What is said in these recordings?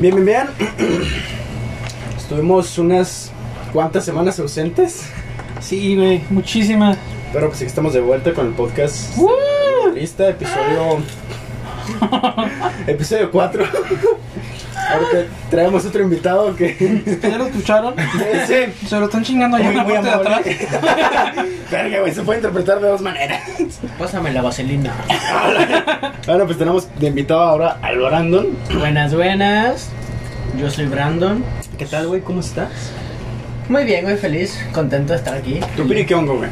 Bien, bien, bien. Estuvimos unas cuantas semanas ausentes, Sí, güey, muchísimas. pero pues sí que estamos de vuelta con el podcast. Lista, episodio. episodio 4. Ahorita traemos otro invitado que. ¿Ya lo escucharon? sí. Se lo están chingando allá en la parte de atrás. Verga, güey, se puede interpretar de dos maneras. Pásame la vaselina. Bueno, pues tenemos de invitado ahora al Brandon. Buenas, buenas. Yo soy Brandon. ¿Qué tal, güey? ¿Cómo estás? Muy bien, güey, feliz, contento de estar aquí. ¿Tu piri qué hongo, güey?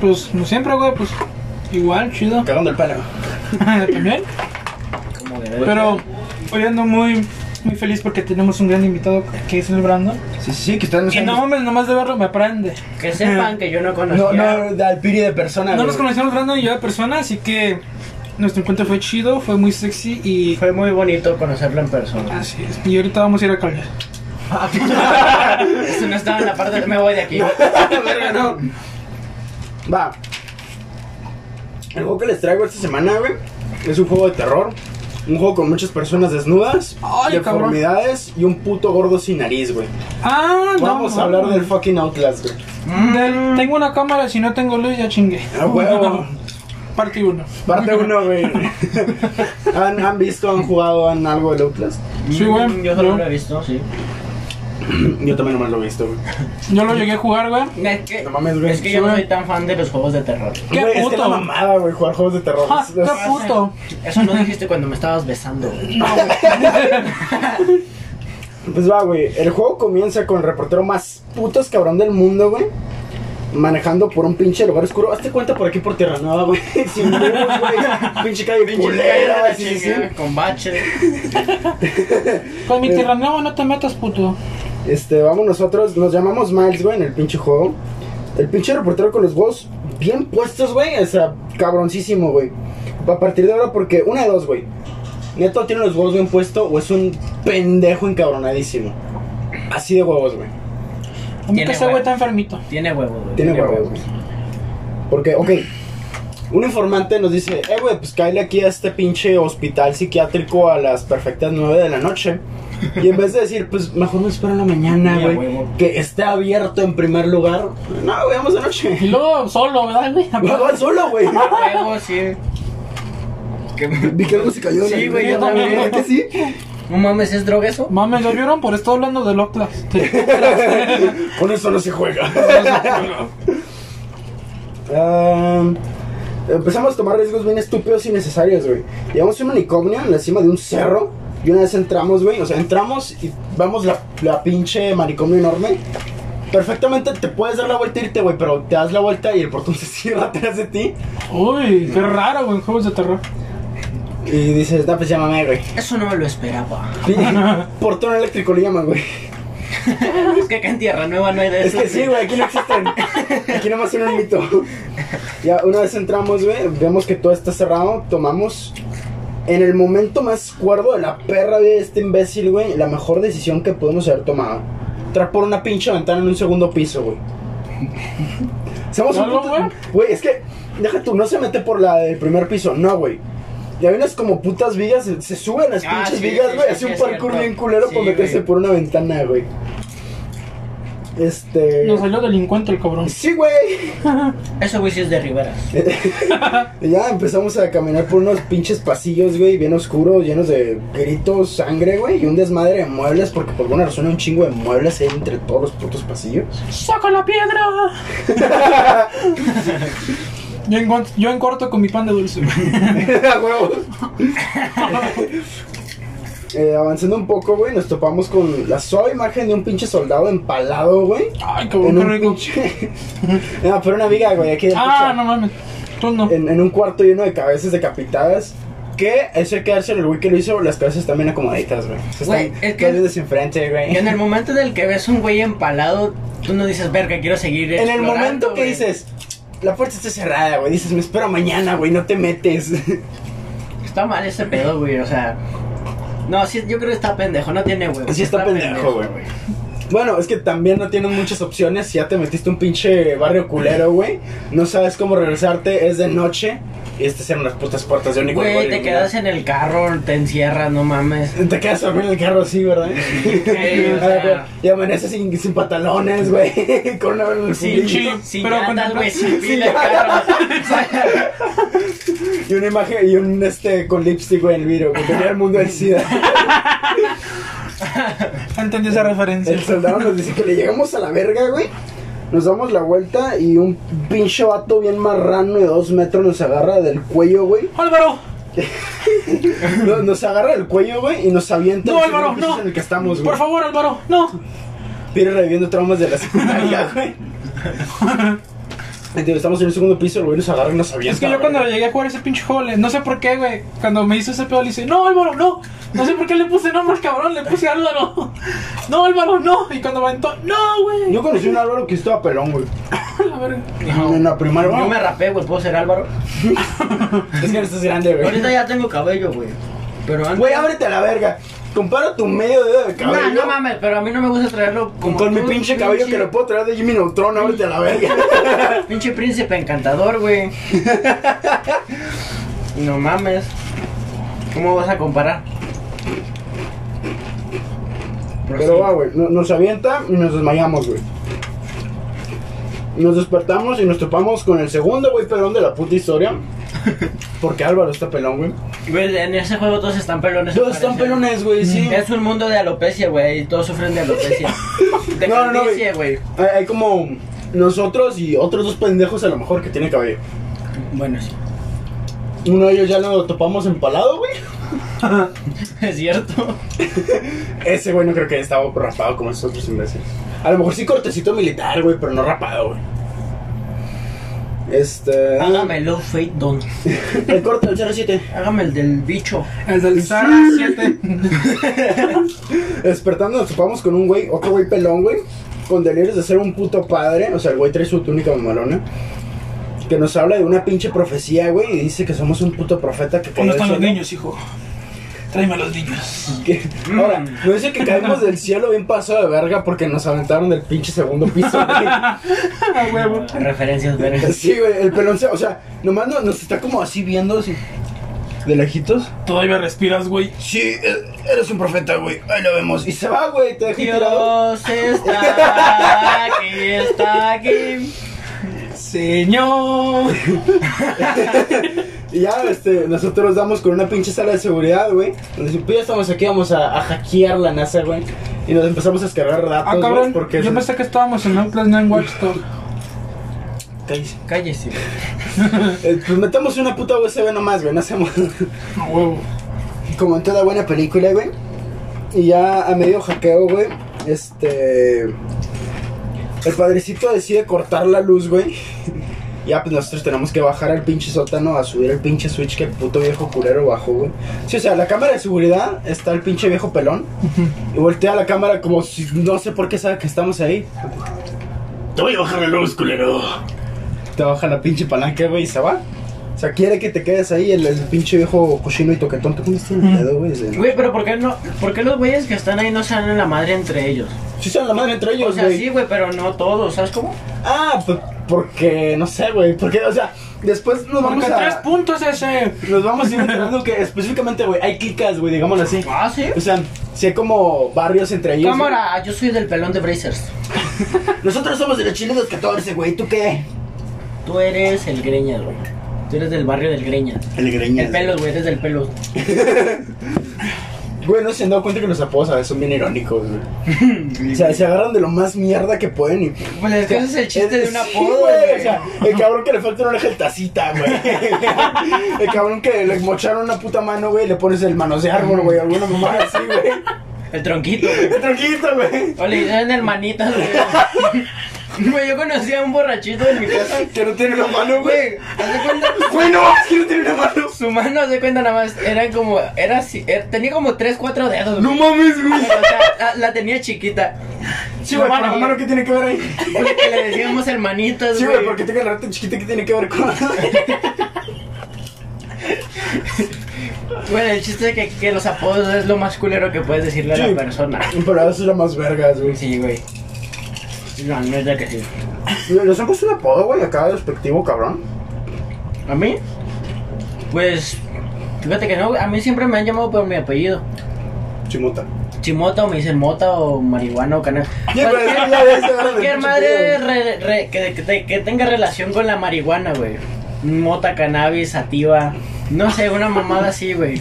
Pues, como siempre, güey, pues igual, chido. Cagando el palo. También. Como debe de Pero ser. hoy ando muy, muy feliz porque tenemos un gran invitado que es el Brandon. Sí, sí, sí, que están Y no mames, nomás de verlo me aprende. que eh, sepan que yo no conocía. No, no, de Alpiri de persona. No güey. nos conocíamos Brandon y yo de persona, así que nuestro encuentro fue chido, fue muy sexy y. Fue muy bonito conocerlo en persona. Así es. Y ahorita vamos a ir a Calder. Ah, Si no estaba en la parte, me voy de aquí. Verga, no. Va. El juego que les traigo esta semana, güey, es un juego de terror. Un juego con muchas personas desnudas, Ay, deformidades y un puto gordo sin nariz, güey. Ah, no. Mm. Vamos a hablar del fucking Outlast, güey. Del- tengo una cámara, si no tengo luz ya chingué. A Ah, huevo. Parte 1. Parte 1, güey. ¿Han, han visto, han jugado, han algo del Outlast? Sí, güey. Mm, Yo solo Yo- lo he visto, sí. Yo también nomás lo he visto, güey. Yo lo llegué a jugar, güey. Es que, No mames, güey. es que yo no soy tan fan de los juegos de terror. Qué Güey, Es que puto. la mamada, güey, jugar juegos de terror. Ah, Es- qué es- puto. Eso no dijiste cuando me estabas besando. güey. Pues va, güey. El juego comienza con el reportero más putos cabrón del mundo, güey. Manejando por un pinche lugar oscuro. Hazte cuenta por aquí por Tierra Nueva, güey. Sin luz, güey. Pinche calle culera, güey. sí, sí. Con bache. Con mi tierra nueva no te metas, puto. Este, vamos nosotros. Nos llamamos Miles, güey, en el pinche juego. El pinche reportero con los huevos bien puestos, güey. O sea, cabroncísimo, güey. A partir de ahora, porque una de dos, güey. Neto tiene los huevos bien puestos o es un pendejo encabronadísimo. Así de huevos, güey. A mí Tiene que ese huevo. güey está enfermito. Tiene huevo, güey. Tiene huevos, güey. Porque, ok. Un informante nos dice, eh, güey, pues cáele aquí a este pinche hospital psiquiátrico a las perfectas 9 de la noche. Y en vez de decir, pues mejor me espero en la mañana, Ya, güey, huevo. que esté abierto en primer lugar. No, güey, vamos de Y noche. luego solo, ¿verdad, güey? No, va solo, güey. Huevo, sí. Que- Vi que algo se cayó. de la Sí, güey, línea, yo también. ¿verdad que sí? No mames, ¿es droga eso? Mames, ¿lo vieron? Por esto hablando de Loclas. Con eso no se juega. Ah, empezamos a tomar riesgos bien estúpidos y necesarios, güey. Llevamos un manicomio en la cima de un cerro. Y una vez entramos, güey. O sea, entramos y vamos la, la pinche manicomio enorme. Perfectamente te puedes dar la vuelta e irte, güey. Pero te das la vuelta y el portón se cierra atrás de ti. Uy, qué raro, güey, en juegos de terror. Y dices, no, pues llámame, güey. Eso no me lo esperaba. Pinche Portón eléctrico le llaman, güey. Es que acá en Tierra Nueva no hay de Es eso. que sí, güey, aquí no existen. Aquí nomás son un mito. Ya, una vez entramos, güey, vemos que todo está cerrado, tomamos. En el momento más cuerdo de la perra de este imbécil, güey, la mejor decisión que pudimos haber tomado. Entrar por una pinche ventana en un segundo piso, güey. Somos un ¿No, puto- güey? Güey, es que, deja tú, no se mete por la del primer piso, no, güey. Ya unas como putas vigas, se, se suben las Ah, pinches sí, vigas, sí, güey. sí, hace sí, un es parkour cierto. bien culero por Sí, meterse güey. por una ventana, güey. Este. Nos salió delincuente el cabrón. Sí, güey. Eso, güey, sí es de Rivera. Y ya empezamos a caminar por unos pinches pasillos, güey, bien oscuros, llenos de gritos, sangre, güey, y un desmadre de muebles, porque por alguna razón hay un chingo de muebles ahí entre todos los putos pasillos. ¡Saca la piedra! Yo en, cuanto- yo en corto con mi pan de dulce. güey. A huevo. Eh, avanzando un poco, güey, nos topamos con la sola imagen de un pinche soldado empalado, güey. Ay, En cabrón, qué un rico. pinche... no, pero una viga, güey, aquí del Ah, piso. no mames. Tú no. en, en un cuarto lleno de cabezas decapitadas. Que eso hay que dárselo el güey que lo hizo, las cabezas también acomodaditas, güey. O sea, Güey, están es que- todas desenfrente, güey. Y en el momento en el que ves un güey empalado, tú no dices, verga, quiero seguir. En el explorando, momento que güey". dices, la puerta está cerrada, güey, dices, me espero mañana, güey, no te metes. Está mal ese pedo, güey, o sea. No, sí, yo creo que está pendejo, no tiene huevo. Sí está pendejo, güey. Bueno, es que también no tienes muchas opciones. Si ya te metiste un pinche barrio culero, güey. No sabes cómo regresarte, es de noche. Y estas eran las putas puertas de único Güey, te quedas en el carro, te encierras, no mames. Te quedas dormido en el carro así, ¿verdad? o sea. y amaneces sin, sin pantalones, güey. Con una en el Sí, fundillo. sí, sí, pero pero andas, contempla- güey, sin pila el carro. Y una imagen, y un este con lipstick, güey, en el vidrio. Que tenía el mundo del SIDA. Entendí esa referencia. El soldado nos dice que le llegamos a la verga, güey. Nos damos la vuelta y un pinche vato bien marrano de dos metros nos agarra del cuello, güey. Álvaro, No- Nos, agarra del cuello, güey, y nos avienta No, al Álvaro, segundo piso no. en pues el que estamos, güey. por favor, Álvaro, no. Viene reviviendo traumas de la secundaria, güey. Entonces, estamos en el segundo piso, el güey nos agarra y nos avienta. Es que yo güey. cuando llegué a jugar ese pinche juego, le- no sé por qué, güey. Cuando me hizo ese pedo, le hice, no, Álvaro, no. No sé por qué le puse nombre al cabrón, le puse Álvaro. No, Álvaro, no. Y cuando me aventó, no, güey. Yo conocí a un Álvaro que estaba pelón, güey. A ver, En la primaria, Yo güey. me rapé, güey, ¿puedo ser Álvaro? Es que no estás grande, güey. Ahorita ya tengo cabello, güey. Pero antes... Güey, ábrete a la verga. Compara tu medio dedo de No, cabello. no mames, pero a mí no me gusta traerlo Con, como con mi tú, pinche cabello que lo puedo traer de Jimmy Neutron, ábrete a la verga. Pinche príncipe encantador, güey. no mames. ¿Cómo vas a comparar? Pero va, güey. no- Nos avienta y nos desmayamos, güey. Nos despertamos y nos topamos con el segundo, güey, pelón de la puta historia. Porque Álvaro está pelón, güey. Güey, en ese juego todos están pelones. Todos al están parecer. pelones, güey, sí. Mm, Es un mundo de alopecia, güey. y Todos sufren de alopecia. De No, no, no, calvicie, güey. Hay, hay como nosotros y otros dos pendejos a lo mejor que tienen cabello. Bueno, sí. Uno de ellos ya lo topamos empalado, güey. Es cierto. Ese güey no creo que estaba rapado como nosotros imbéciles. A lo mejor sí cortecito militar, güey, pero no rapado, güey. Este. Hágame el low fate don. El corte del 07. Hágame el del bicho. El del Sara 7. Despertando nos topamos con un güey, otro güey pelón, güey, con delirios de ser un puto padre, o sea, el güey trae su túnica mamalona, que nos habla de una pinche profecía, güey, y dice que somos un puto profeta que cayó del ¿Dónde están los cielo. niños, hijo? Tráeme a los niños. Que- ahora, no dice que caímos del cielo bien pasado de verga porque nos aventaron del pinche segundo piso, güey. Ah, A huevo. Referencias vergas. Sí, güey, el pelón, se- o sea, nomás no- nos está como así viendo, así, de lejitos. Todavía respiras, güey. Sí, eh, eres un profeta, güey, ahí lo vemos. Y se va, güey, te deja tirado. Dios está aquí, está aquí. Señor. Y ya, este, nosotros damos con una pinche sala de seguridad, güey. Nos dicen, pues ya estamos aquí, vamos a, a hackear la NASA, güey. Y nos empezamos a descargar Ah, datos, güey, cabrón. porque... Yo se- pensé que estábamos en Outlast 9 Watchdog. Cállese. Cállese. Eh, pues metamos una puta USB nomás, güey, no hacemos... A huevo. Como en toda buena película, güey. Y ya a medio hackeo, güey, este... El padrecito decide cortar la luz, güey. Ya, pues nosotros tenemos que bajar al pinche sótano a subir el pinche switch que el puto viejo culero bajó, güey. Sí, o sea, la cámara de seguridad está el pinche viejo pelón. Y voltea la cámara como si no sé por qué sabe que estamos ahí. Te voy a bajar la luz, culero. Te baja la pinche palanca, güey, y se va. O sea, quiere que te quedes ahí el, el pinche viejo cochino y toquetón. ¿Te pones el dedo, güey? Si Güey, pero ¿por qué, no, ¿por qué los güeyes que están ahí no se dan en la madre entre ellos? Sí, se dan la madre entre ellos, O sea, güey. sí, güey, pero no todos, ¿sabes cómo? Ah, pues porque, no sé, güey. Porque, o sea, después nos vamos Porque a... tres puntos ese. Nos vamos a ir enterando que específicamente, güey, hay clicas, güey, digámoslo así. Ah, sí. O sea, si hay como barrios entre ellos. Cámara, yo soy del pelón de Brazers. güey. Nosotros somos de los chilenos 14, güey, ¿tú qué? Tú eres el Greñas, güey. Tú eres del barrio del Greñas. El greñas. El pelos, güey, eres del pelos. Güey, no se han dado cuenta que los apodos a veces son bien irónicos, güey. o sea, se agarran de lo más mierda que pueden y... Pues es que ese es el chiste de un Sí, apodo, güey. O güey. sea, el cabrón que le falta una oreja el tacita, güey. El cabrón que le mocharon una puta mano, güey, le pones el manos de árbol, güey, alguna mamá así, güey. El tronquito, güey. Tranquilo, güey. O le dicen hermanitas, güey. Güey, yo conocí a un borrachito en mi casa. Que no tiene una mano, güey. Güey, haz de cuenta. Güey, no, es que no tiene una mano. Su mano, haz de cuenta nada más, era como, era así, er- tenía como 3, 4 dedos. güey. No mames, O güey. sea, la, la tenía chiquita. Sí, güey, pero Mano. la mano, ¿qué tiene que ver ahí? Porque le decíamos hermanitas, Sí, güey. güey, porque tiene la rata chiquita que tiene que ver con. Bueno, el chiste es que, que los apodos es lo más culero que puedes decirle a Sí. la persona. Pero eso es lo más vergas, güey. Sí, güey. La neta que sí. ¿Nos han puesto un apodo, güey, acá despectivo, cabrón? ¿A mí? Pues, fíjate que no, güey. a mí siempre me han llamado por mi apellido. Chimuta. Chimota o me dicen mota o marihuana o canal. Ya, pero es que ya ves, Cualquier, ahora cualquier de madre mucho re- re- que, que- que tenga relación con la marihuana, güey. Mota, cannabis, sativa. No sé, una mamada así, güey.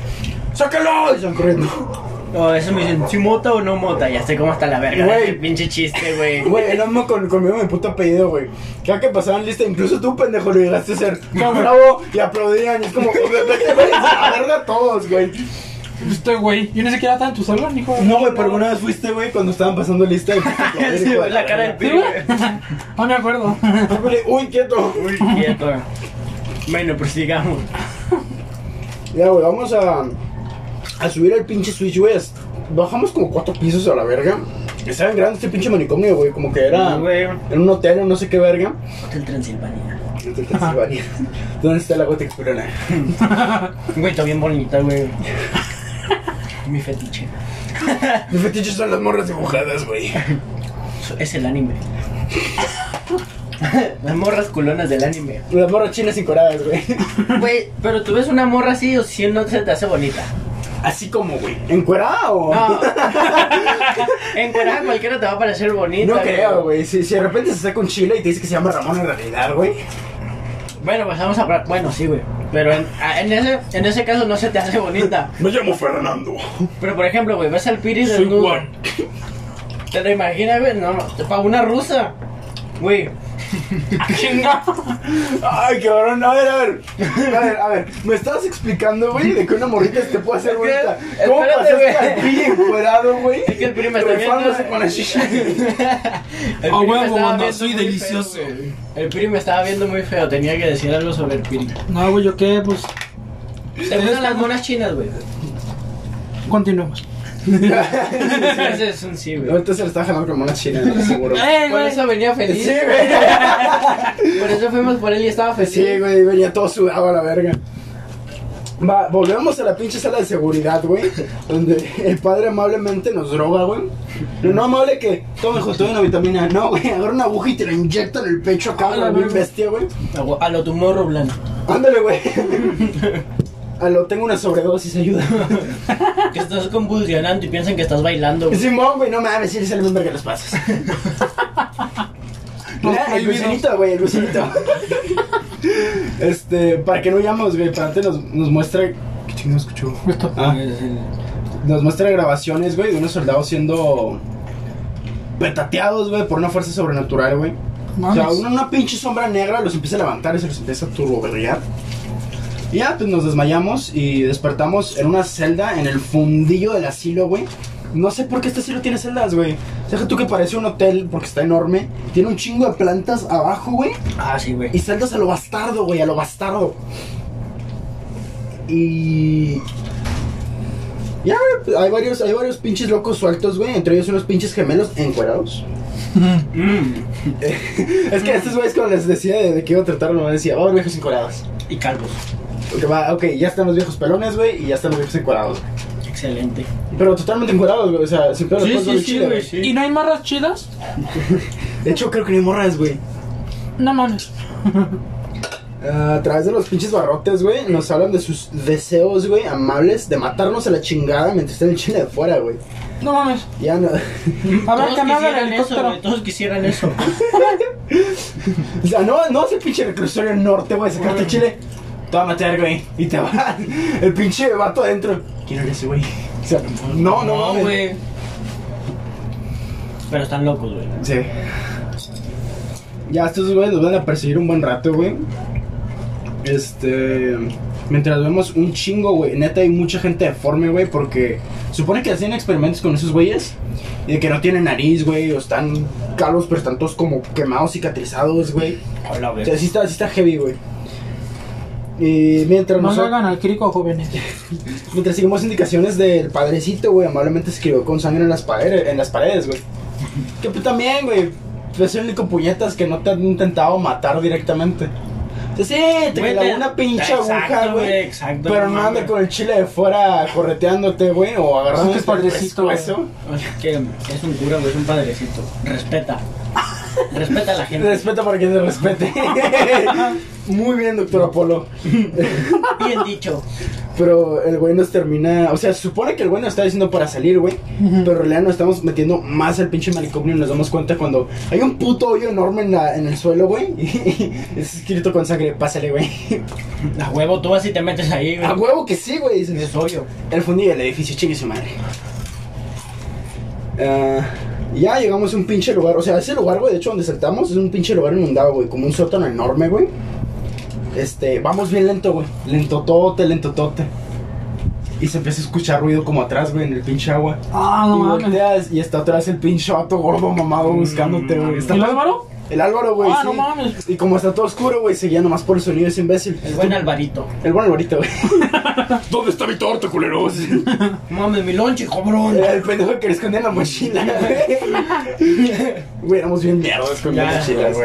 ¡Sácalo! Y son corriendo. O eso me dicen, ¿si mota o no mota? Ya sé cómo está la verga. Güey. de ese pinche chiste, güey. Güey, el amo con, conmigo mi puto apellido, güey. Cada que pasaban lista, incluso tú, pendejo, lo llegaste a ser como bravo y aplaudían. Y es como, vete, vete, vete, a la verga a todos, güey. Este güey, yo ni siquiera estaba en tu salón, hijo. No, güey, pero alguna vez fuiste, güey, cuando estaban pasando lista. Y fuiste a aplaudir, Sí, hijo de güey, la cara del ¿Sí, pibe. güey? No me acuerdo. Güey, Uy, quieto. Uy, quieto. Bueno, prosigamos. Ya, güey, vamos a, a subir el pinche Switch, güey. Es- Bajamos como cuatro pisos a la verga. Estaba en grande este pinche manicomio, güey. Como que era Sí, güey. en un hotel o no sé qué verga. Hotel Transilvania. Entonces, Transilvania. ¿Dónde está la texturana? Güey, está bien bonita, güey. Mi fetiche. Mis fetiches son las morras dibujadas, güey. Es el anime. Las morras culonas del anime. Las morras chinas y coradas, güey. Güey, pero tú ves una morra así o si no se te hace bonita. Así como, güey. ¿Encuerada o...? No. en cuerda cualquiera te va a parecer bonita. No creo, güey. Si, si de repente se saca un chile y te dice que se llama Ramón en realidad, güey. Bueno, pues vamos a hablar. Bueno, sí, güey. Pero en, a- en ese, en ese caso no se te hace bonita. Me llamo Fernando. Pero por ejemplo, güey, ves al Piri desnudo. ¿Te lo imaginas, güey? No, para una rusa. Güey, Chingado. Ay, cabrón, a ver, a ver. A ver, a ver. Me estabas explicando, güey, de que una morrita te puede hacer Es que- bonita. ¿Cómo pasaste espérate, güey. al pili encuerado, güey? Es que el Piri me está viendo. Rifándose con la shisha. El Ah, Piri me huevo, estaba manda, viendo soy muy delicioso. feo, güey. el Piri me estaba viendo muy feo, tenía que decir algo sobre el Piri. No, güey, yo qué, pues. ¿Te gustan las monas chinas, güey? Continuemos. Ese es un sí, güey. Ahorita se le está jalando como una china, seguro. ¡Ey, Por güey! eso venía feliz. Sí, güey. Por eso fuimos por él y estaba feliz. Sí, güey, venía todo sudado a la verga. Va, volvemos a la pinche sala de seguridad, güey. Donde el padre amablemente nos droga, güey. No, no amable que tome justo una vitamina. No, güey, agarra una aguja y te la inyecta en el pecho acá, A la güey, bien verga. bestia, güey. A lo- A lo tumor roblano. Ándale, güey. A lo tengo una sobredosis, ayuda. Que estás convulsionando y piensan que estás bailando, güey. Simón, güey, no mames, eres el mismo que los pasas. Los Mira, el prohibidos. lucinito, güey, el lucinito. este, para que no huyamos, güey, para antes nos, nos muestra. ¿Qué chingo escuchó? Esto. Ah, nos muestra grabaciones, güey, de unos soldados siendo petateados, güey, por una fuerza sobrenatural, güey. O sea, Mames. una, una pinche sombra negra los empieza a levantar y se los empieza a turboberrear. Y ya, pues nos desmayamos y despertamos en una celda en el fundillo del asilo, güey. No sé por qué este asilo tiene celdas, güey. O sea, tú que parece un hotel porque está enorme. Tiene un chingo de plantas abajo, güey. Ah, sí, güey. Y celdas a lo bastardo, güey, a lo bastardo. Y. Ya, güey, pues, hay varios, hay varios pinches locos sueltos, güey. Entre ellos unos pinches gemelos encuerados. Mm, Es que a estos güeyes, cuando les decía de, de que iba a tratar, no decía, oh, viejos encuerados. Y calvos. Porque va, ok, ya están los viejos pelones, güey, y ya están los viejos encuerados. Excelente. Pero totalmente encuerados, güey. O sea, sin pedo, los puedes ver chile, ¿Y no hay marras chidas? güey. De hecho, creo que ni morras, güey. No mames. Ah, a través de los pinches barrotes, güey, nos hablan de sus deseos, güey, amables de matarnos a la chingada mientras estén en Chile de fuera, güey. No mames. Ya no. A ver, Todos que me haga quisieran el eso, helicóptero. güey. Todos quisieran eso. O sea, no, no es el pinche reclusorio norte, güey, sacarte a Chile. Te va a matar, güey. Y te va el pinche vato adentro. ¿Quién eres ese, güey? O sea, no, no, mames. Pero están locos, güey. Sí. Ya estos güeyes los van a perseguir un buen rato, güey. Este. Mientras vemos un chingo, güey. Neta, hay mucha gente deforme, güey, porque supone que hacen experimentos con esos güeyes. Y de que no tienen nariz, güey, o están calos, pero están todos como quemados, cicatrizados, güey. Hola, O güey. sea, sí está, sí está heavy, güey. Y mientras, No se noso- hagan al crico, jóvenes. pues, mientras seguimos indicaciones del padrecito, güey, amablemente escribió con sangre en las paredes, en las paredes, güey. Que pues, también, güey, es el único puñetas que no te han intentado matar directamente. Sí, sí, te Güey, clavó te- una pinche exacto, aguja, güey, güey. exacto, Pero no no ande mames. con el chile de fuera correteándote, güey, o agarrándote Es que es padrecito, güey. pescuezo. Que es un cura, güey, es un padrecito. Respeta. Respeta a la gente. Respeta para que te respete. Muy bien, doctor Apolo. Bien dicho. Pero el güey nos termina. O sea, se supone que el güey nos está diciendo para salir, güey. Pero en realidad nos estamos metiendo más al pinche manicomio y nos damos cuenta cuando hay un puto hoyo enorme en, la- en el suelo, güey. Y es escrito con sangre: Pásale, güey. A huevo, tú vas y te metes ahí, A güey. huevo que sí, güey. Dices, Es hoyo. El fundillo del edificio, chingue su madre. Ah, ya llegamos a un pinche lugar. O sea, ese lugar, güey, de hecho, donde saltamos es un pinche lugar inundado, güey. Como un sótano enorme, güey. Este, vamos bien lento, güey. Lentotote, lentotote. Y se empieza a escuchar ruido como atrás, güey, en el pinche agua. Ah, no y mames. volteas y está atrás el pinche vato gordo mamado buscándote, güey. Está- ¿Y el Álvaro? El Álvaro, güey. Ah, sí. no mames. Y como está todo oscuro, güey, seguía nomás por el sonido ese imbécil. El buen Alvarito. El buen Alvarito, güey. ¿Dónde está mi torta, culeros? Mames, mi lonche, cobrón. Era el pendejo que le escondía en la mochila, güey. Güey, éramos bien mierdos con Ya, las mochilas.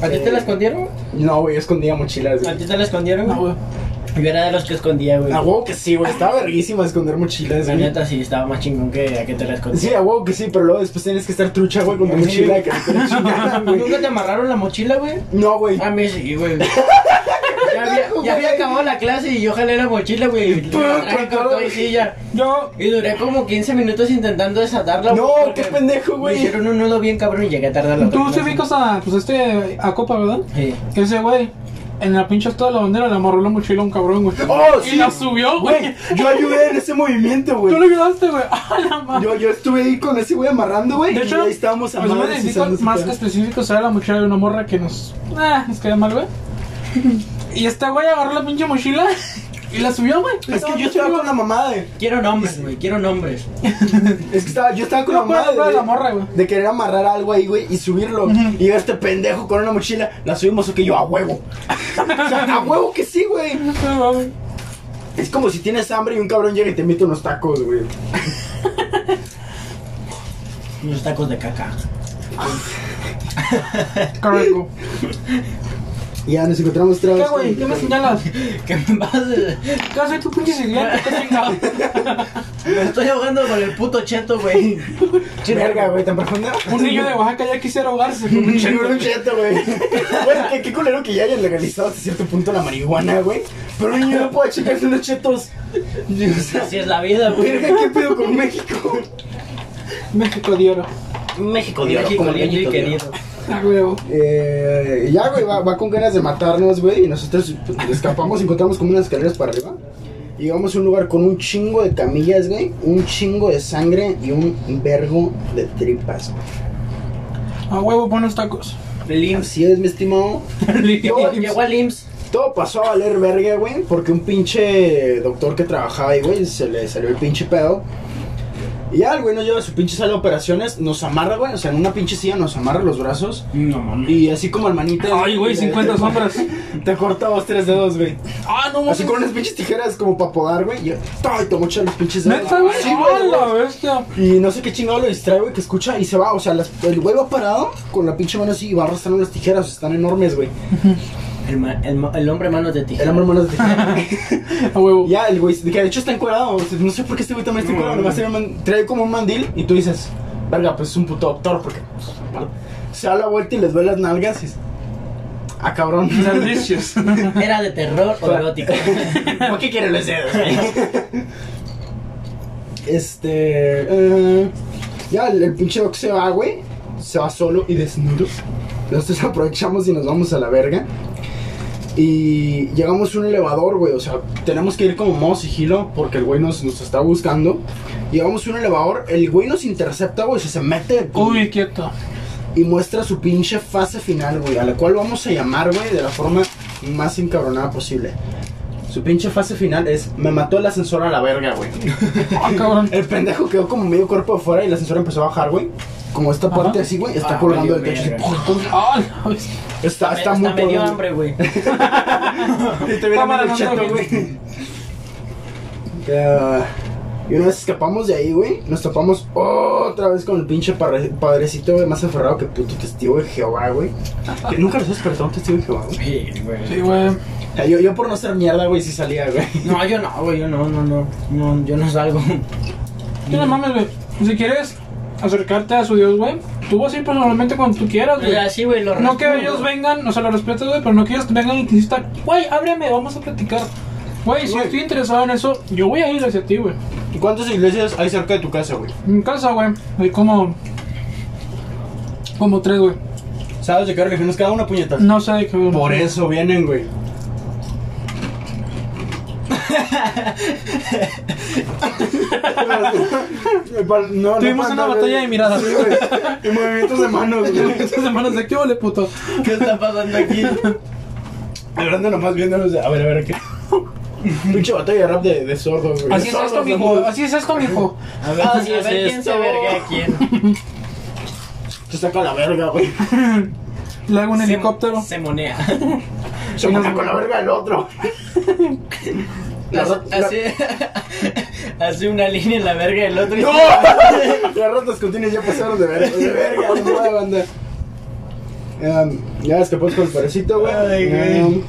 ¿A ti te la escondieron? No, güey, yo escondía mochilas, ¿A güey. ti te la escondieron? No, güey. Yo era de los que escondía, güey. A huevo que sí, güey. Estaba verguísima esconder mochilas, La güey. neta sí estaba más chingón que a que te la escondieron. Sí, a huevo que sí, pero luego después tenías que estar trucha, güey, con tu Sí. mochila que te la chingaran, güey. ¿Nunca te amarraron la mochila, güey? No, güey. A mí sí, güey. Ya había, ya había acabado la clase y yo jalé la mochila, güey. Y la traje con todo y silla. Yo. Y duré como 15 minutos intentando desatarla. No, güey, porque qué pendejo, güey. Me hicieron un nudo bien cabrón y llegué a tardar la Tú otra se clase. ubicas a, pues este, a Copa, ¿verdad? Sí. Que ese güey, en la pinche toda la bandera le amarró la mochila a un cabrón, güey. ¡Oh, y sí! la subió, Güey, güey. yo ayudé en ese movimiento, Tú le güey. ayudaste, güey. ¡Ah, la madre! Yo, yo estuve ahí con ese güey amarrando, güey. De hecho, y ahí estábamos pues, amarrando. me dedico más que específicos era la mochila de una morra que nos. Ah, nos queda mal, güey. Y este güey agarró la pinche mochila y la subió, güey. Es que yo estaba con la mamada, de- Quiero nombres, güey. Quiero nombres. Es que estaba, yo estaba con No la puedo mamá de, hablar de la morra, güey. de querer amarrar algo ahí, güey, y subirlo. Y yo, este pendejo con una mochila, la subimos, ok, yo, a huevo. o sea, a huevo que sí, güey. No, güey. Es como si tienes hambre y un cabrón llega y te invita unos tacos, güey. Unos tacos de caca. Correcto. Ya nos encontramos otra ¿Qué, vez. güey? con- ¿Qué me señalas? ¿Qué me pasa? ¿Qué haces tu pinche sirviente? ¿Qué chingado? Me estoy ahogando con el puto cheto, güey. Verga, güey, tan profundo. Un niño de Oaxaca ya quisiera ahogarse con un Un chingo. cheto, un cheto, güey. Bueno, qué, qué culero que ya hayan legalizado hasta cierto punto la marihuana, güey. Pero un niño no puede checarse unos chetos. Y, o sea, Así es la vida, güey. verga, ¿qué pedo con México? México de oro. México, Dios, México lindo y querido. A huevo. Eh, ya, güey, va, va con ganas de matarnos, güey. Y nosotros pues, escapamos, encontramos como unas escaleras para arriba. Y llegamos a un lugar con un chingo de camillas, güey. Un chingo de sangre y un vergo de tripas. A huevo, buenos tacos. El IMSS. Así es, mi estimado. Llegó- Llegó al IMSS. Todo pasó a valer verga, güey. Porque un pinche doctor que trabajaba ahí, güey, se le salió el pinche pedo. Y ya, el güey nos lleva a su pinche sala de operaciones. Nos amarra, güey. O sea, en una pinche silla nos amarra los brazos. No mames. Y así como el manita. Ay, güey, 50 sombras. Te corta dos, tres dedos, güey. Ah, no mames. Así con unas pinches tijeras como para podar, güey. Y yo, ¡ay! Te mocha los pinches dedos. Neta, güey. Sí, Ah, güey, la güey. bestia. Y no sé qué chingado lo distrae, güey, que escucha y se va. O sea, las- el güey va parado con la pinche mano así y va arrastrando las tijeras. Están enormes, güey. El, ma- el, ma- el hombre manos de tijera. El hombre manos de tijera. A huevo. ya, el güey, que de hecho está encuadrado. no sé por qué este güey también está encuadrado. Nomás tiene un man- trae como un mandil y tú dices, verga, pues es un puto doctor porque pues, se da la vuelta y les ve las nalgas y dices, ah, cabrón. Delicious. ¿Era de terror o erótico? ¿Por qué quieren los dedos? este. eh, ya, el, el pinche doc se va, güey. Se va solo y desnudo. Nosotros aprovechamos y nos vamos a la verga. Y llegamos a un elevador, güey. O sea, tenemos que ir como modo sigilo porque el güey nos, nos está buscando. Llegamos a un elevador, el güey nos intercepta, güey. o sea, se mete con- Uy, quieto. y muestra su pinche fase final, güey. A la cual vamos a llamar, güey, de la forma más encabronada posible. Su pinche fase final es: Me mató el ascensor a la verga, güey. Ah, cabrón. El pendejo quedó como medio cuerpo afuera y el ascensor empezó a bajar, güey. Como esta Ajá. parte así, güey, está Ah, colgando el valió techo. así, verga. ¡pum! Ah, la bestia. Está, está Hasta muy me dio colgado. hambre, güey. Y te viene medio Cámara, no te cheto, lo güey. Ya, Y una vez escapamos de ahí, güey, nos topamos otra vez con el pinche parre- padrecito, güey, más aferrado que puto testigo de Jehová, güey. Que nunca los has despertado un testigo de Jehová, güey. Sí, güey. Sí, güey. O sea, Yo, yo por no ser mierda, güey, sí salía, güey. No, yo no, güey, yo no, no, no, no, yo no salgo. Yo no mames, güey. Si quieres acercarte a su Dios, güey, tú vas a ir personalmente cuando tú quieras, güey. Así, güey, lo No que respeto, ellos güey. vengan, o sea, lo respeto, güey, pero no que ellos vengan y te insistan, güey, ábreme, vamos a platicar. Güey, si Güey. estoy interesado en eso, yo voy a ir hacia ti, güey. ¿Y cuántas iglesias hay cerca de tu casa, güey? En casa, güey, hay como. Como tres, güey. ¿Sabes de qué religión es cada una, puñetas? No sé de qué. güey. Por eso vienen, güey. No, no Tuvimos fue una andar, batalla güey. de miradas. Sí, güey. Y movimientos de manos, güey. Estas semanas de qué ole, puto. ¿Qué está pasando aquí? Hablando nomás viéndonos de. A ver, a ver, ¿qué? Pinche batalla de rap de, de sordos, güey. Así es Sordos, esto, ¿no? mijo. Así es esto, mijo. A ver, Así a es ver Ah, quién se esto. verga a quién. Te saca la verga, güey. Le hago un Se- helicóptero. Se monea. Se Venga, mata con güey. la verga el otro. La rat- la- Hace, hace una línea en la verga del otro. y- ¡No! Las ratas continúan ya pasaron de verga. De verga, no, banda. Em, ya escapó con el parecito, güey. Ay, güey. Em,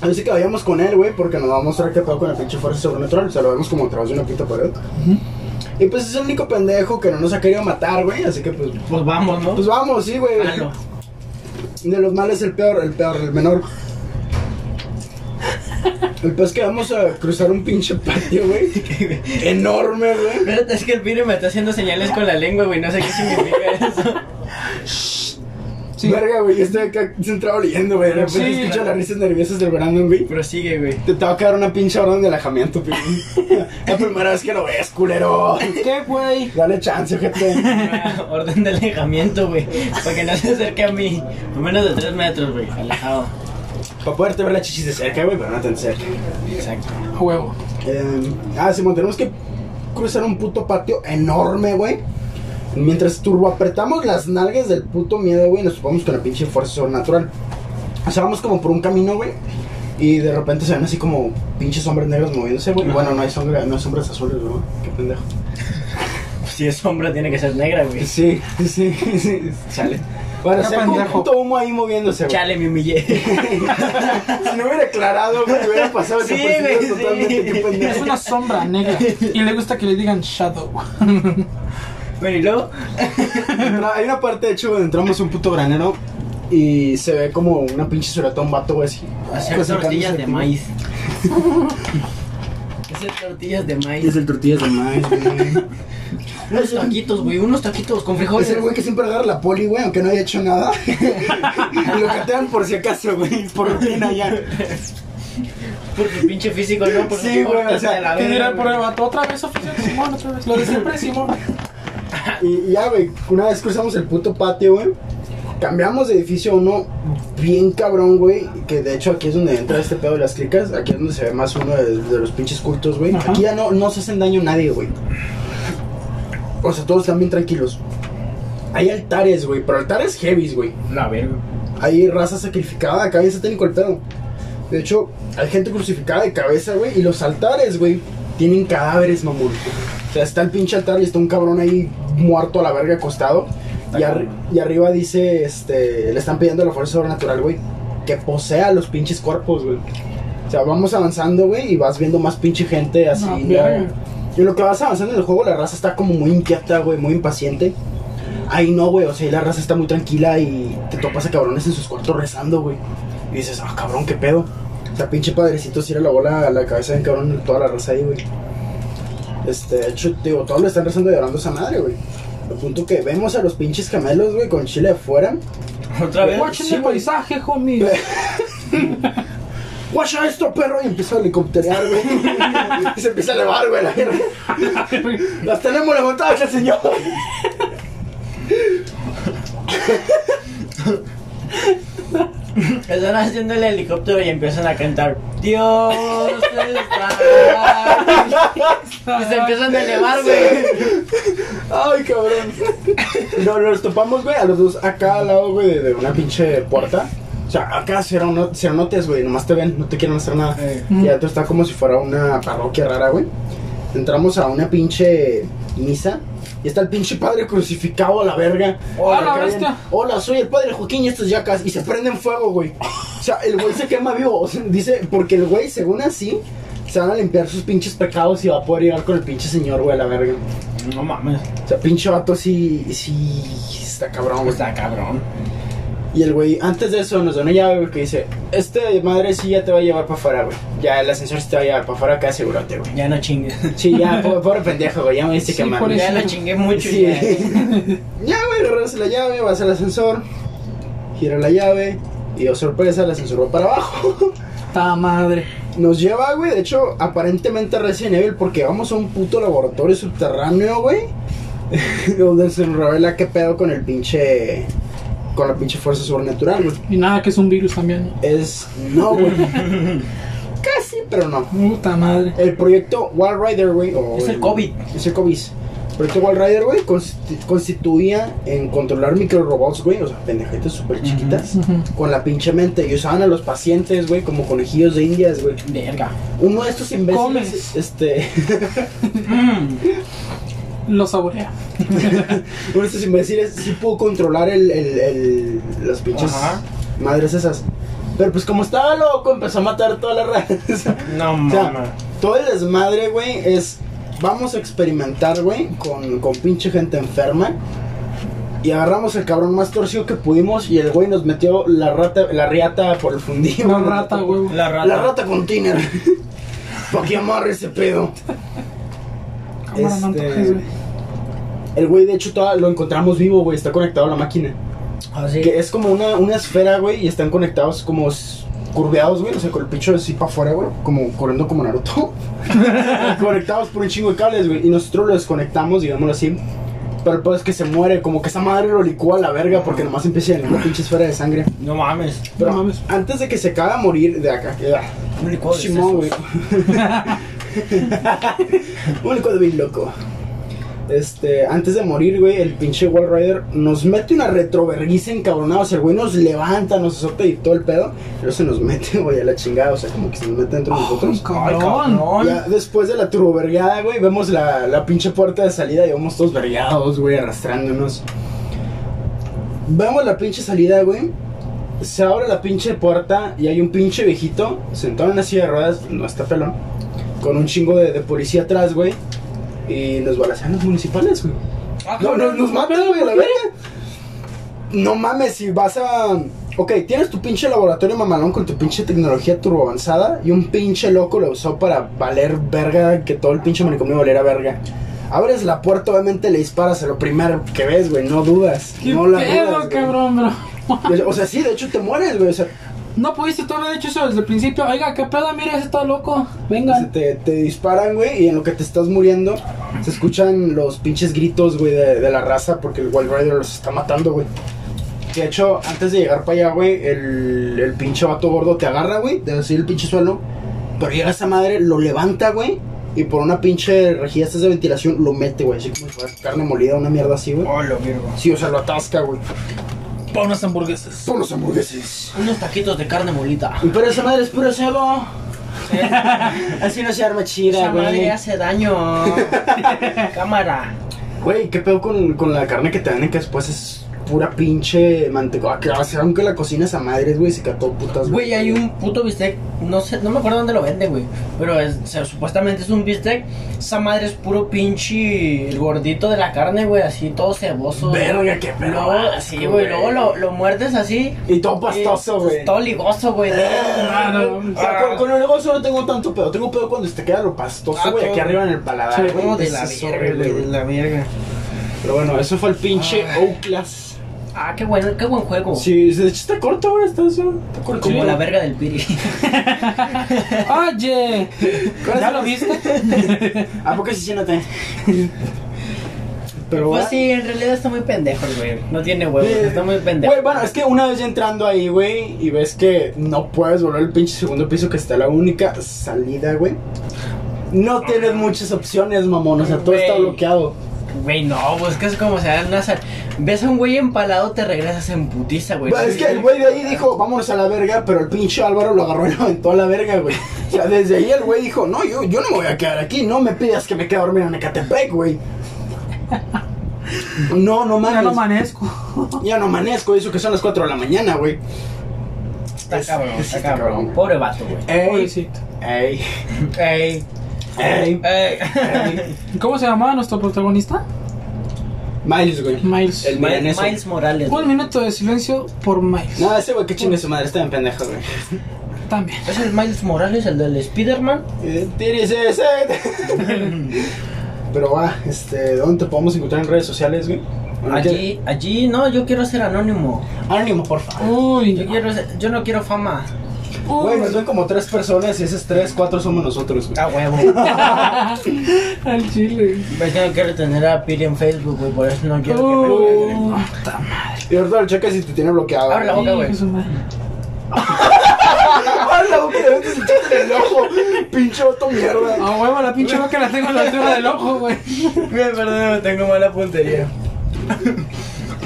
así que vayamos con él, güey, porque nos va a mostrar que pedo con la pinche fuerza sobrenatural. O sea, lo vemos como a través de una puta pared. Y pues es el único pendejo que no nos ha querido matar, güey. Así que pues. Pues vamos, ¿no? Pues vamos, sí, güey. Malo. De los males el peor, el peor, el menor. El peor es que vamos a cruzar un pinche patio, güey. Enorme, güey. Espérate, es que el pire me está haciendo señales con la lengua, güey. No sé qué significa eso. Sí. Verga, güey, yo estoy acá centrado leyendo, güey. De repente Sí, escucho claro. las risas nerviosas del Brandon, güey. Prosigue, güey. Te, te va a quedar una pinche orden de alejamiento, güey. La primera vez que lo ves, culero. ¿Qué, güey? Dale chance, gente. Una Orden de alejamiento, güey. Para que no se acerque a mí. A menos de 3 metros, güey. Alejado. Para poderte ver las chichis de cerca, güey, pero no tan cerca. Exacto. A huevo. Eh, ah, Simón, tenemos que cruzar un puto patio enorme, güey. Mientras turbo apretamos las nalgas del puto miedo, güey, nos topamos con la pinche fuerza sobrenatural. O sea, vamos como por un camino, güey. Y de repente se ven así como pinches hombres negros moviéndose, güey. Bueno, no hay, sombra, no hay sombras azules, güey. Qué pendejo. Si es sombra, tiene que ser negra, güey. Sí, sí, sí. Chale. Bueno, Qué se ve como un pendejo. puto humo ahí moviéndose, güey. Chale, me humillé. Si no hubiera aclarado, güey, hubiera pasado Sí, desapercibido güey, sí. totalmente. Qué pendejo. Es una sombra negra. Y le gusta que le digan shadow. Bueno, y luego. Entra- hay una parte, de hecho, donde entramos a un puto granero y se ve como una pinche surata, un vato, güey, así. Hacer Pues, tortillas sacándose de el- maíz. Hacer tortillas de Es maíz. el tortillas de maíz, güey. Unos taquitos, güey. Unos taquitos con frijoles. Es el güey que siempre agarra la poli, güey, aunque no haya hecho nada. Y lo catean por si acaso, güey, por rutina ya. Por tu pinche físico, ¿no? Por Sí, tu güey, corte o sea, de la ¿Qué verga, dirá el güey. prueba? Otra vez, oficial Simón, otra vez. Lo de siempre, Simón. Y y ya, güey, una vez cruzamos el puto patio, güey. Cambiamos de edificio a uno bien cabrón, güey. Que de hecho aquí es donde entra este pedo de las clicas. Aquí es donde se ve más uno de, de los pinches cultos, güey. Ajá. Aquí ya no, no se hacen daño a nadie, güey. O sea, todos están bien tranquilos. Hay altares, güey, pero altares heavies, güey. La verga. Hay raza sacrificada, acá bien satánico el pedo. De hecho, hay gente crucificada de cabeza, güey. Y los altares, güey, tienen cadáveres, mamón. O sea, está el pinche altar y está un cabrón ahí muerto a la verga acostado. Y, arri- y arriba dice, este, le están pidiendo a la fuerza sobrenatural, güey, que posea los pinches cuerpos, güey. O sea, vamos avanzando, güey, y vas viendo más pinche gente así. No, ya. verga. y en lo que vas avanzando en el juego, la raza está como muy inquieta, güey, muy impaciente. Ahí no, güey, o sea, ahí la raza está muy tranquila y te topas a cabrones en sus cuartos rezando, güey. Y dices, ah, cabrón, qué pedo. O sea, pinche padrecito si era la bola a la cabeza de un cabrón toda la raza ahí, güey. Este, de hecho, digo, todos le están rezando y llorando a esa madre, güey. Al punto que vemos a los pinches camelos, güey, con chile afuera. Otra vez. Watching sí, el güey. paisaje, homie. ¡Guacha esto, perro! Y empieza a helicópterear, güey. y se empieza a elevar, güey, la guerra. ¡Las tenemos levantadas, señor! Están haciendo el helicóptero y empiezan a cantar. Dios está. Y se empiezan a elevar, güey. Ay, cabrón. No, nos topamos, güey, a los dos acá al lado, güey, de, de una pinche puerta. O sea, acá serano- seranotes, güey, nomás te ven, no te quieren hacer nada. Eh. Y adentro está como si fuera una parroquia rara, güey. entramos a una pinche misa y está el pinche padre crucificado a la verga. Hola, Acá bien, bestia. Hola, soy el padre Joaquín y estos yacas. Y se prenden fuego, güey. O sea, el güey se quema vivo. O sea, dice, porque el güey, según así, se van a limpiar sus pinches pecados y va a poder llegar con el pinche señor, güey, a la verga. No mames. O sea, pinche vato sí, sí, está cabrón, güey. pues Está cabrón. Y el güey, antes de eso, nos da una llave, güey, que dice: Este madre sí ya te va a llevar para afuera, güey. Ya el ascensor sí te va a llevar para afuera, acá asegúrate, güey. Ya no chingues. Sí, ya, pobre, pobre pendejo, güey, ya me dice Sí, que mal. por Ya la chingué mucho. Sí. ya. ya, güey, agarras la llave, vas al ascensor, gira la llave, y oh sorpresa, el ascensor va para abajo. Ta madre. Nos lleva, güey, de hecho, aparentemente a Resident Evil, porque vamos a un puto laboratorio subterráneo, güey, donde se revela qué pedo con el pinche. con la pinche fuerza sobrenatural, güey. Y nada, que es un virus también. Es. no, güey. Casi, pero no. Puta madre. El proyecto Wall Rider, güey. o Es el COVID. Es el COVID. El proyecto Wall Rider, güey, consti- constituía en controlar microrobots, güey. O sea, pendejetes súper chiquitas. Ujú. Con la pinche mente. Y usaban a los pacientes, güey, como conejillos de indias, güey. Verga. Uno de estos imbéciles. Comes. Este. Mm. Lo saborea. uno de estos imbéciles sí pudo controlar el. el, el las pinches Ajá. madres esas. Pero pues como estaba loco, empezó a matar toda la raza. No O sea, mames. todo el desmadre, güey, es. Vamos a experimentar, güey, con, con pinche gente enferma. Y agarramos el cabrón más torcido que pudimos. Y el güey nos metió la rata, la riata por el fundillo. Una rata, huevo. La rata. La rata con tiner. Pa' que amarre ese pedo. Cámara, no Este- toques, güey. El güey, de hecho, toda- lo encontramos vivo, güey. Está conectado a la máquina. Ah, sí. Que es como una, una esfera, güey. Y están conectados como s- curveados, güey. O sea, con el picho así para afuera, güey. Como corriendo como Naruto. conectados por un chingo de cables, güey. Y nosotros lo desconectamos, digámoslo así. Pero el pedo es que se muere, como que esa madre lo licúa a la verga porque nomás empieza a llenar la pinche esfera de sangre. No mames. Pero No mames. antes de que se caga a morir de acá, que ah, Un licuado de Simón, güey. sesos. Un licuado bien loco. Este, antes de morir, güey, el pinche Wall Rider nos mete una retroverguiza encabronada. O sea, el güey nos levanta, nos azota y todo el pedo. Pero se nos mete, güey, a la chingada. O sea, como que se nos mete dentro Oh, de nosotros. Ay, cabrón. Ya después de la turbovergueada, güey, vemos la, la pinche puerta de salida y vamos todos vergueados, güey, arrastrándonos. Vemos la pinche salida, güey. Se abre la pinche puerta y hay un pinche viejito sentado en una silla de ruedas, no está pelón, con un chingo de, de policía atrás, güey. Y nos balacean los municipales, güey. Ah, No, no, cabrón. nos matan, güey, a la verga. No mames, si vas a. Ok, tienes tu pinche laboratorio mamalón con tu pinche tecnología turbo avanzada y un pinche loco lo usó para valer verga, que todo el pinche manicomio valiera verga. Abres la puerta, obviamente le disparas a lo primero que ves, güey, no dudas. ¿Qué no la pedo, dudas, güey. cabrón, bro? O sea, sí, de hecho te mueres, güey. O sea, No pudiste tú haber dicho eso desde el principio. Oiga, qué pedo, mira, ese está loco. se Vengan. te, te disparan, güey, y en lo que te estás muriendo se escuchan los pinches gritos, güey, de, de la raza porque el Wild Rider los está matando, güey. De hecho, antes de llegar para allá, güey, el, el pinche vato gordo te agarra, güey, de así el pinche suelo. Pero llega esa madre, lo levanta, güey, y por una pinche rejilla estas de ventilación lo mete, güey, así como si fuera carne molida, una mierda así, güey. Oh, lo virgo. Sí, o sea, lo atasca, güey. Pa' unas hamburguesas. Son los hamburgueses. Unos taquitos de carne molita. Y Pero esa madre es puro cebo. Así no se arma chida, Esa güey. madre hace daño. Cámara. Güey, ¿qué pedo con, con la carne que te venden que después es pura pinche manteca? Ah, Que, o sea, aunque la cocinas a madres, güey, se cató putas. Güey, hay un puto bistec. No sé, no me acuerdo dónde lo venden, güey. Pero es- o sea, supuestamente es un bistec. Esa madre es puro pinche el gordito de la carne, güey. Así todo ceboso. Verga, qué pedo. Luego, así, güey. Luego lo, lo muerdes así. Y todo pastoso, eh, güey. Todo ligoso, güey. Ah, no, O sea, con, con el negocio no tengo tanto pedo. Tengo pedo cuando te queda lo Ah, pastoso, güey, aquí todo. arriba en el Sí, paladar. como güey. de Eso la es verga, horrible, güey. De güey. la verga. Pero bueno, eso fue el pinche Ouclass. Ah, qué bueno, qué buen juego. Sí, de hecho está corto, güey. Está, está corto. Como la verga del piri. Oye, ¿ya lo viste? ¿A poco Ah, sí siéntate? Pero Pues va- sí, en realidad está muy pendejo, el güey. No tiene huevos, Eh, Pues, está muy pendejo. Güey, bueno, es que una vez ya entrando ahí, güey, y ves que no puedes volver al pinche segundo piso que está la única salida, güey. No tienes muchas opciones, mamón. O sea, todo Güey. está bloqueado. Güey, no, buscas como sea en una sal- Ves a un güey empalado, te regresas en putiza, güey. Bueno, es que el güey de ahí dijo, vámonos a la verga, pero el pinche Álvaro lo agarró y lo aventó a la verga, güey. O sea, desde ahí el güey dijo, no, yo, yo no me voy a quedar aquí, no me pidas que me quede a dormir en Ecatepec, güey. No, no mames. Ya no amanezco. Ya no amanezco, eso que son las 4 de la mañana, güey. Está cabrón, Sí, está cabrón. Pobre vato, güey. Ey, Pobrecito. ey, Ey, ey. ey. ¿Cómo se llamaba nuestro protagonista? Miles, güey. Miles. El milanesa. Miles Morales. Un güey. minuto de silencio por Miles. No, ese güey que chingue su madre, está en pendejo, güey. También. ¿Es el Miles Morales, el del Spider-Man? Eh, tírese, set. Pero va, este, ¿dónde te podemos encontrar en redes sociales, güey? ¿Dónde Allí, allí, no, yo quiero ser anónimo. quieres? Anónimo, por favor. Uy. Yo, quiero ser- yo no quiero fama. uy. Güey, nos ven como tres personas y esas tres, cuatro somos nosotros, güey. A Ah, huevo. Al chile. Es que no quiero tener a Piri en Facebook, güey, por eso no quiero Uh, que me bloqueen. Uy. puta madre. Y ahorita lo checas si te tiene bloqueado. Abre la boca, güey. Hijo de su madre. Abre la boca y le metes el chiste en el ojo. Pinche vato mierda. A huevo, la pinche boca la tengo en la altura del ojo, güey. Güey, perdón, tengo mala puntería.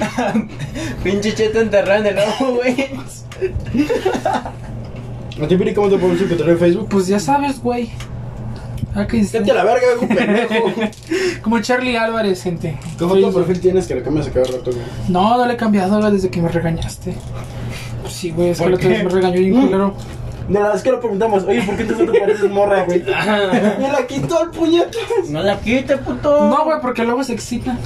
Pinche cheto enterrado en el ojo, güey. ¿A ti, Piri, cómo te podemos encontrar en Facebook? Pues ya sabes, güey. Ah, que dice- Vete a la verga, güey, pendejo. Como Charlie Álvarez, gente. ¿Qué foto de perfil tienes que le cambias a cada rato, güey? No, no le he cambiado güey, desde que me regañaste. Pues Sí, güey, es que la otra vez me regañó bien culero. De la vez que lo preguntamos, oye, ¿por qué tú no te pareces morra, güey? Me la quitó el puñetazo. No la quite, puto. No, güey, porque luego se excitan.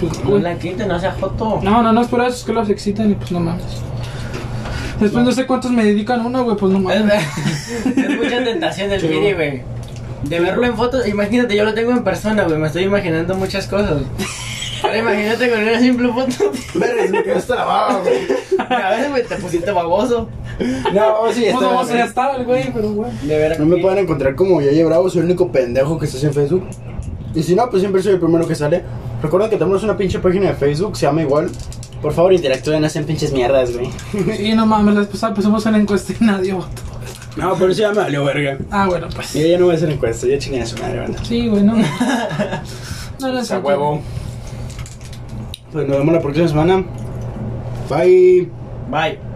Pues, No güey. la quite, no sea joto. No, no, no es por eso, es que los excitan y pues no mames. Después no sé cuántos me dedican a una, güey, pues no Es, Eh, mames. ver- es mucha tentación el Sí. Piri, güey. De verlo en fotos, imagínate, yo lo tengo en persona, güey. Me estoy imaginando muchas cosas. Ahora imagínate con una simple foto. Verga, se me quedó hasta la baba, güey. A veces, güey, te pusiste baboso. No, oh, sí, Pues está no, o bien. sea, ya estaba el güey, pero güey. De ver No me pueden encontrar como Yaya Bravo, soy el único pendejo que estás en Facebook. Y si no, pues siempre soy el primero que sale. Recuerden que tenemos una pinche página de Facebook, se llama igual. Por favor, interactúen, no hacen pinches mierdas, güey. Y no mames, la vez pasada pusimos una encuesta y nadie votó. No, pero eso ya me valió verga. Ah, bueno, pues. Yo ya no voy a hacer encuesta, ya chingué a su madre, banda. Sí, güey, no. No, no A es cierto. huevo. Pues nos vemos la próxima semana. Bye. Bye. Uh.